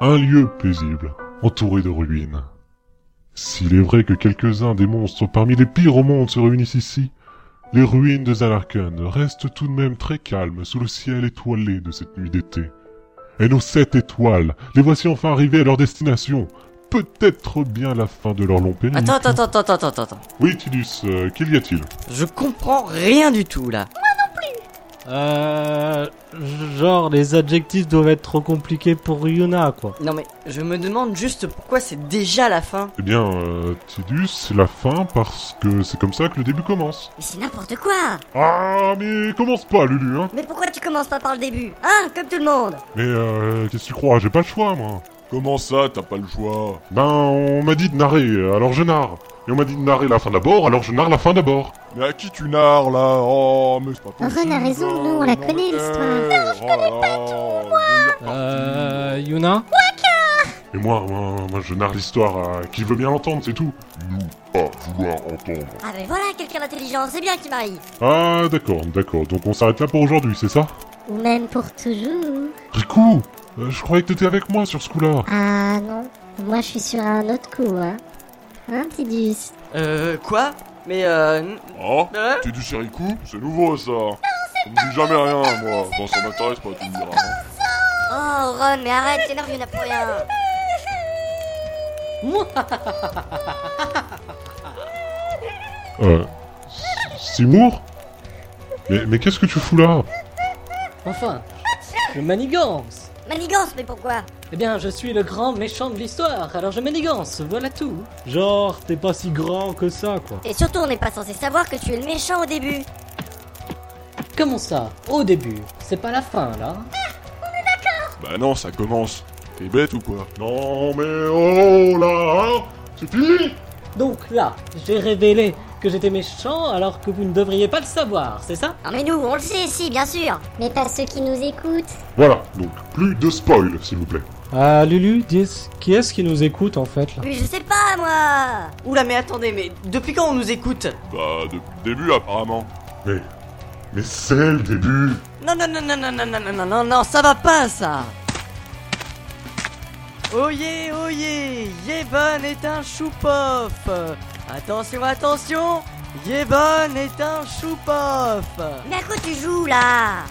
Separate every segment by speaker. Speaker 1: un lieu paisible, entouré de ruines. S'il est vrai que quelques-uns des monstres parmi les pires au monde se réunissent ici, les ruines de Zalarken restent tout de même très calmes sous le ciel étoilé de cette nuit d'été. Et nos sept étoiles, les voici enfin arrivées à leur destination. Peut-être bien la fin de leur long périple.
Speaker 2: Attends, attends, attends, attends, attends, attends.
Speaker 1: Oui, Tidus, euh, qu'y y a-t-il
Speaker 2: Je comprends rien du tout là.
Speaker 3: Euh, genre, les adjectifs doivent être trop compliqués pour Yuna, quoi.
Speaker 2: Non mais je me demande juste pourquoi c'est déjà la fin.
Speaker 1: Eh bien, euh, Tidus, c'est la fin parce que c'est comme ça que le début commence.
Speaker 4: Mais c'est n'importe quoi
Speaker 1: Ah, mais commence pas, Lulu, hein
Speaker 4: Mais pourquoi tu commences pas par le début Hein Comme tout le monde
Speaker 1: Mais euh, qu'est-ce que tu crois J'ai pas le choix, moi.
Speaker 5: Comment ça, t'as pas le choix
Speaker 1: Ben, on m'a dit de narrer, euh, alors je narre. Et on m'a dit de narrer la fin d'abord, alors je narre la fin d'abord.
Speaker 5: Mais à qui tu narres, là Oh, mais c'est pas possible
Speaker 6: Ren a raison,
Speaker 5: là,
Speaker 6: nous, on la
Speaker 5: en
Speaker 6: connaît,
Speaker 5: Angleterre. Oh là là, je connais pas tout, moi
Speaker 3: Euh, Yuna
Speaker 1: Et moi, moi, moi, je narre l'histoire à qui veut bien l'entendre, c'est tout.
Speaker 5: Pas vouloir entendre.
Speaker 4: Ah ben voilà quelqu'un d'intelligent, c'est bien qui m'arrive
Speaker 1: Ah, d'accord, d'accord. Donc on s'arrête là pour aujourd'hui, c'est ça
Speaker 6: Ou même pour toujours.
Speaker 1: Riku euh, Je croyais que t'étais avec moi sur ce coup-là.
Speaker 6: Ah non, moi je suis sur un autre coup, hein. Hein, Tidus
Speaker 2: Euh, quoi Mais euh... n-
Speaker 5: Hein
Speaker 2: euh,
Speaker 5: T'es du Serikou C'est nouveau, ça On me dit jamais rien, moi. Bon, ça m'intéresse pas, tu me diras. hein.
Speaker 4: Oh Ron, mais arrête, t'es nerveux, n'a pour rien
Speaker 1: Euh... S- Seymour Mais, mais qu'est-ce que tu fous là
Speaker 7: Enfin, je manigance.
Speaker 4: Manigance, mais pourquoi
Speaker 7: Eh bien, je suis le grand méchant de l'histoire, alors je manigance, voilà tout.
Speaker 3: Genre, t'es pas si grand que ça, quoi.
Speaker 4: Et surtout, on n'est pas censé savoir que tu es le méchant au début
Speaker 7: Comment ça Au début, c'est pas la fin, là
Speaker 5: Bah non, ça commence. T'es bête ou quoi
Speaker 1: Non, mais oh là hein C'est fini
Speaker 7: Donc là, j'ai révélé que j'étais méchant alors que vous ne devriez pas le savoir, c'est ça
Speaker 4: Non mais nous, on le sait, si, bien sûr
Speaker 6: Mais pas ceux qui nous écoutent.
Speaker 1: Voilà, donc plus de spoil, s'il vous plaît.
Speaker 3: Euh, Lulu, dis, qui est-ce qui nous écoute, en fait, là
Speaker 4: Mais je sais pas, moi
Speaker 2: Oula mais attendez, mais depuis quand on nous écoute
Speaker 5: Bah, depuis le début, apparemment.
Speaker 1: Mais... Mais c'est le début
Speaker 2: Non, non, non, non, non, non, non, non, non, non, non, ça va pas ça Oyez, oyez, Yevon est un choupof Attention, attention, Yevon est un choupof
Speaker 4: Mais à quoi tu joues, là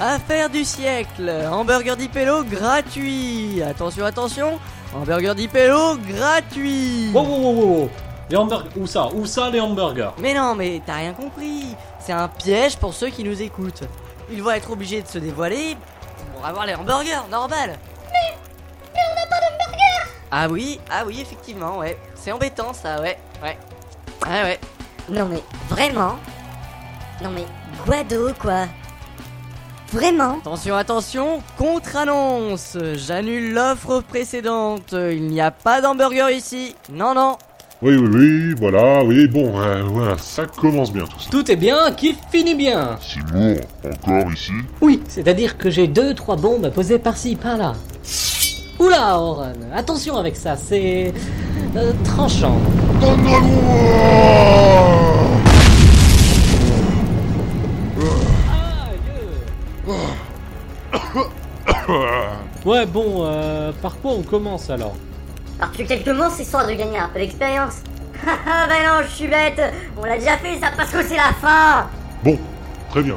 Speaker 2: Affaire du siècle, hamburger d'Ipello gratuit Attention, attention, hamburger d'Ipello gratuit
Speaker 3: Wow, wow, wow, wow, wow. Les hamburgers, où ça Où ça, les hamburgers
Speaker 2: Mais non, mais t'as rien compris. C'est un piège pour ceux qui nous écoutent. Ils vont être obligés de se dévoiler pour avoir les hamburgers, normal. Mais, mais on n'a pas d'hamburgers Ah oui, ah oui, effectivement, ouais. C'est embêtant ça, ouais, ouais. Ah Ouais, ouais.
Speaker 4: Non mais, vraiment Non mais, Guado, quoi Vraiment
Speaker 2: Attention, attention, contre-annonce. J'annule l'offre précédente. Il n'y a pas d'hamburger ici. Non, non.
Speaker 1: Oui, oui, oui, voilà, oui, bon, euh, voilà, ça commence bien tout ça.
Speaker 7: Tout est bien qui finit bien
Speaker 5: Simour, encore ici
Speaker 7: Oui, c'est-à-dire que j'ai deux, trois bombes posées par-ci, par-là. Oula, Oren, attention avec ça, c'est... euh, tranchant.
Speaker 3: Ouais, bon, euh, par quoi on commence, alors
Speaker 4: Par tu quelques mots, c'est histoire de gagner un peu d'expérience Ah bah non, je suis bête On l'a déjà fait, ça parce que c'est la fin
Speaker 1: Bon, très bien.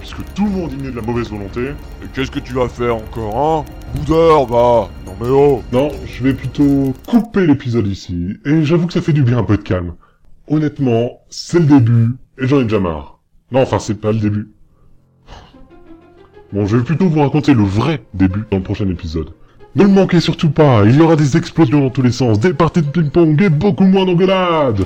Speaker 1: Puisque tout le monde y met de la mauvaise volonté,
Speaker 5: Et qu'est-ce que tu vas faire encore, hein Boudeur, bah Non mais oh
Speaker 1: non, je vais plutôt couper l'épisode ici, et j'avoue que ça fait du bien un peu de calme. Honnêtement, c'est le début, et j'en ai déjà marre. Non, enfin, c'est pas le début. Bon, je vais plutôt vous raconter le vrai début dans le prochain épisode. Ne le manquez surtout pas, il y aura des explosions dans tous les sens, des parties de ping-pong et beaucoup moins d'engueulades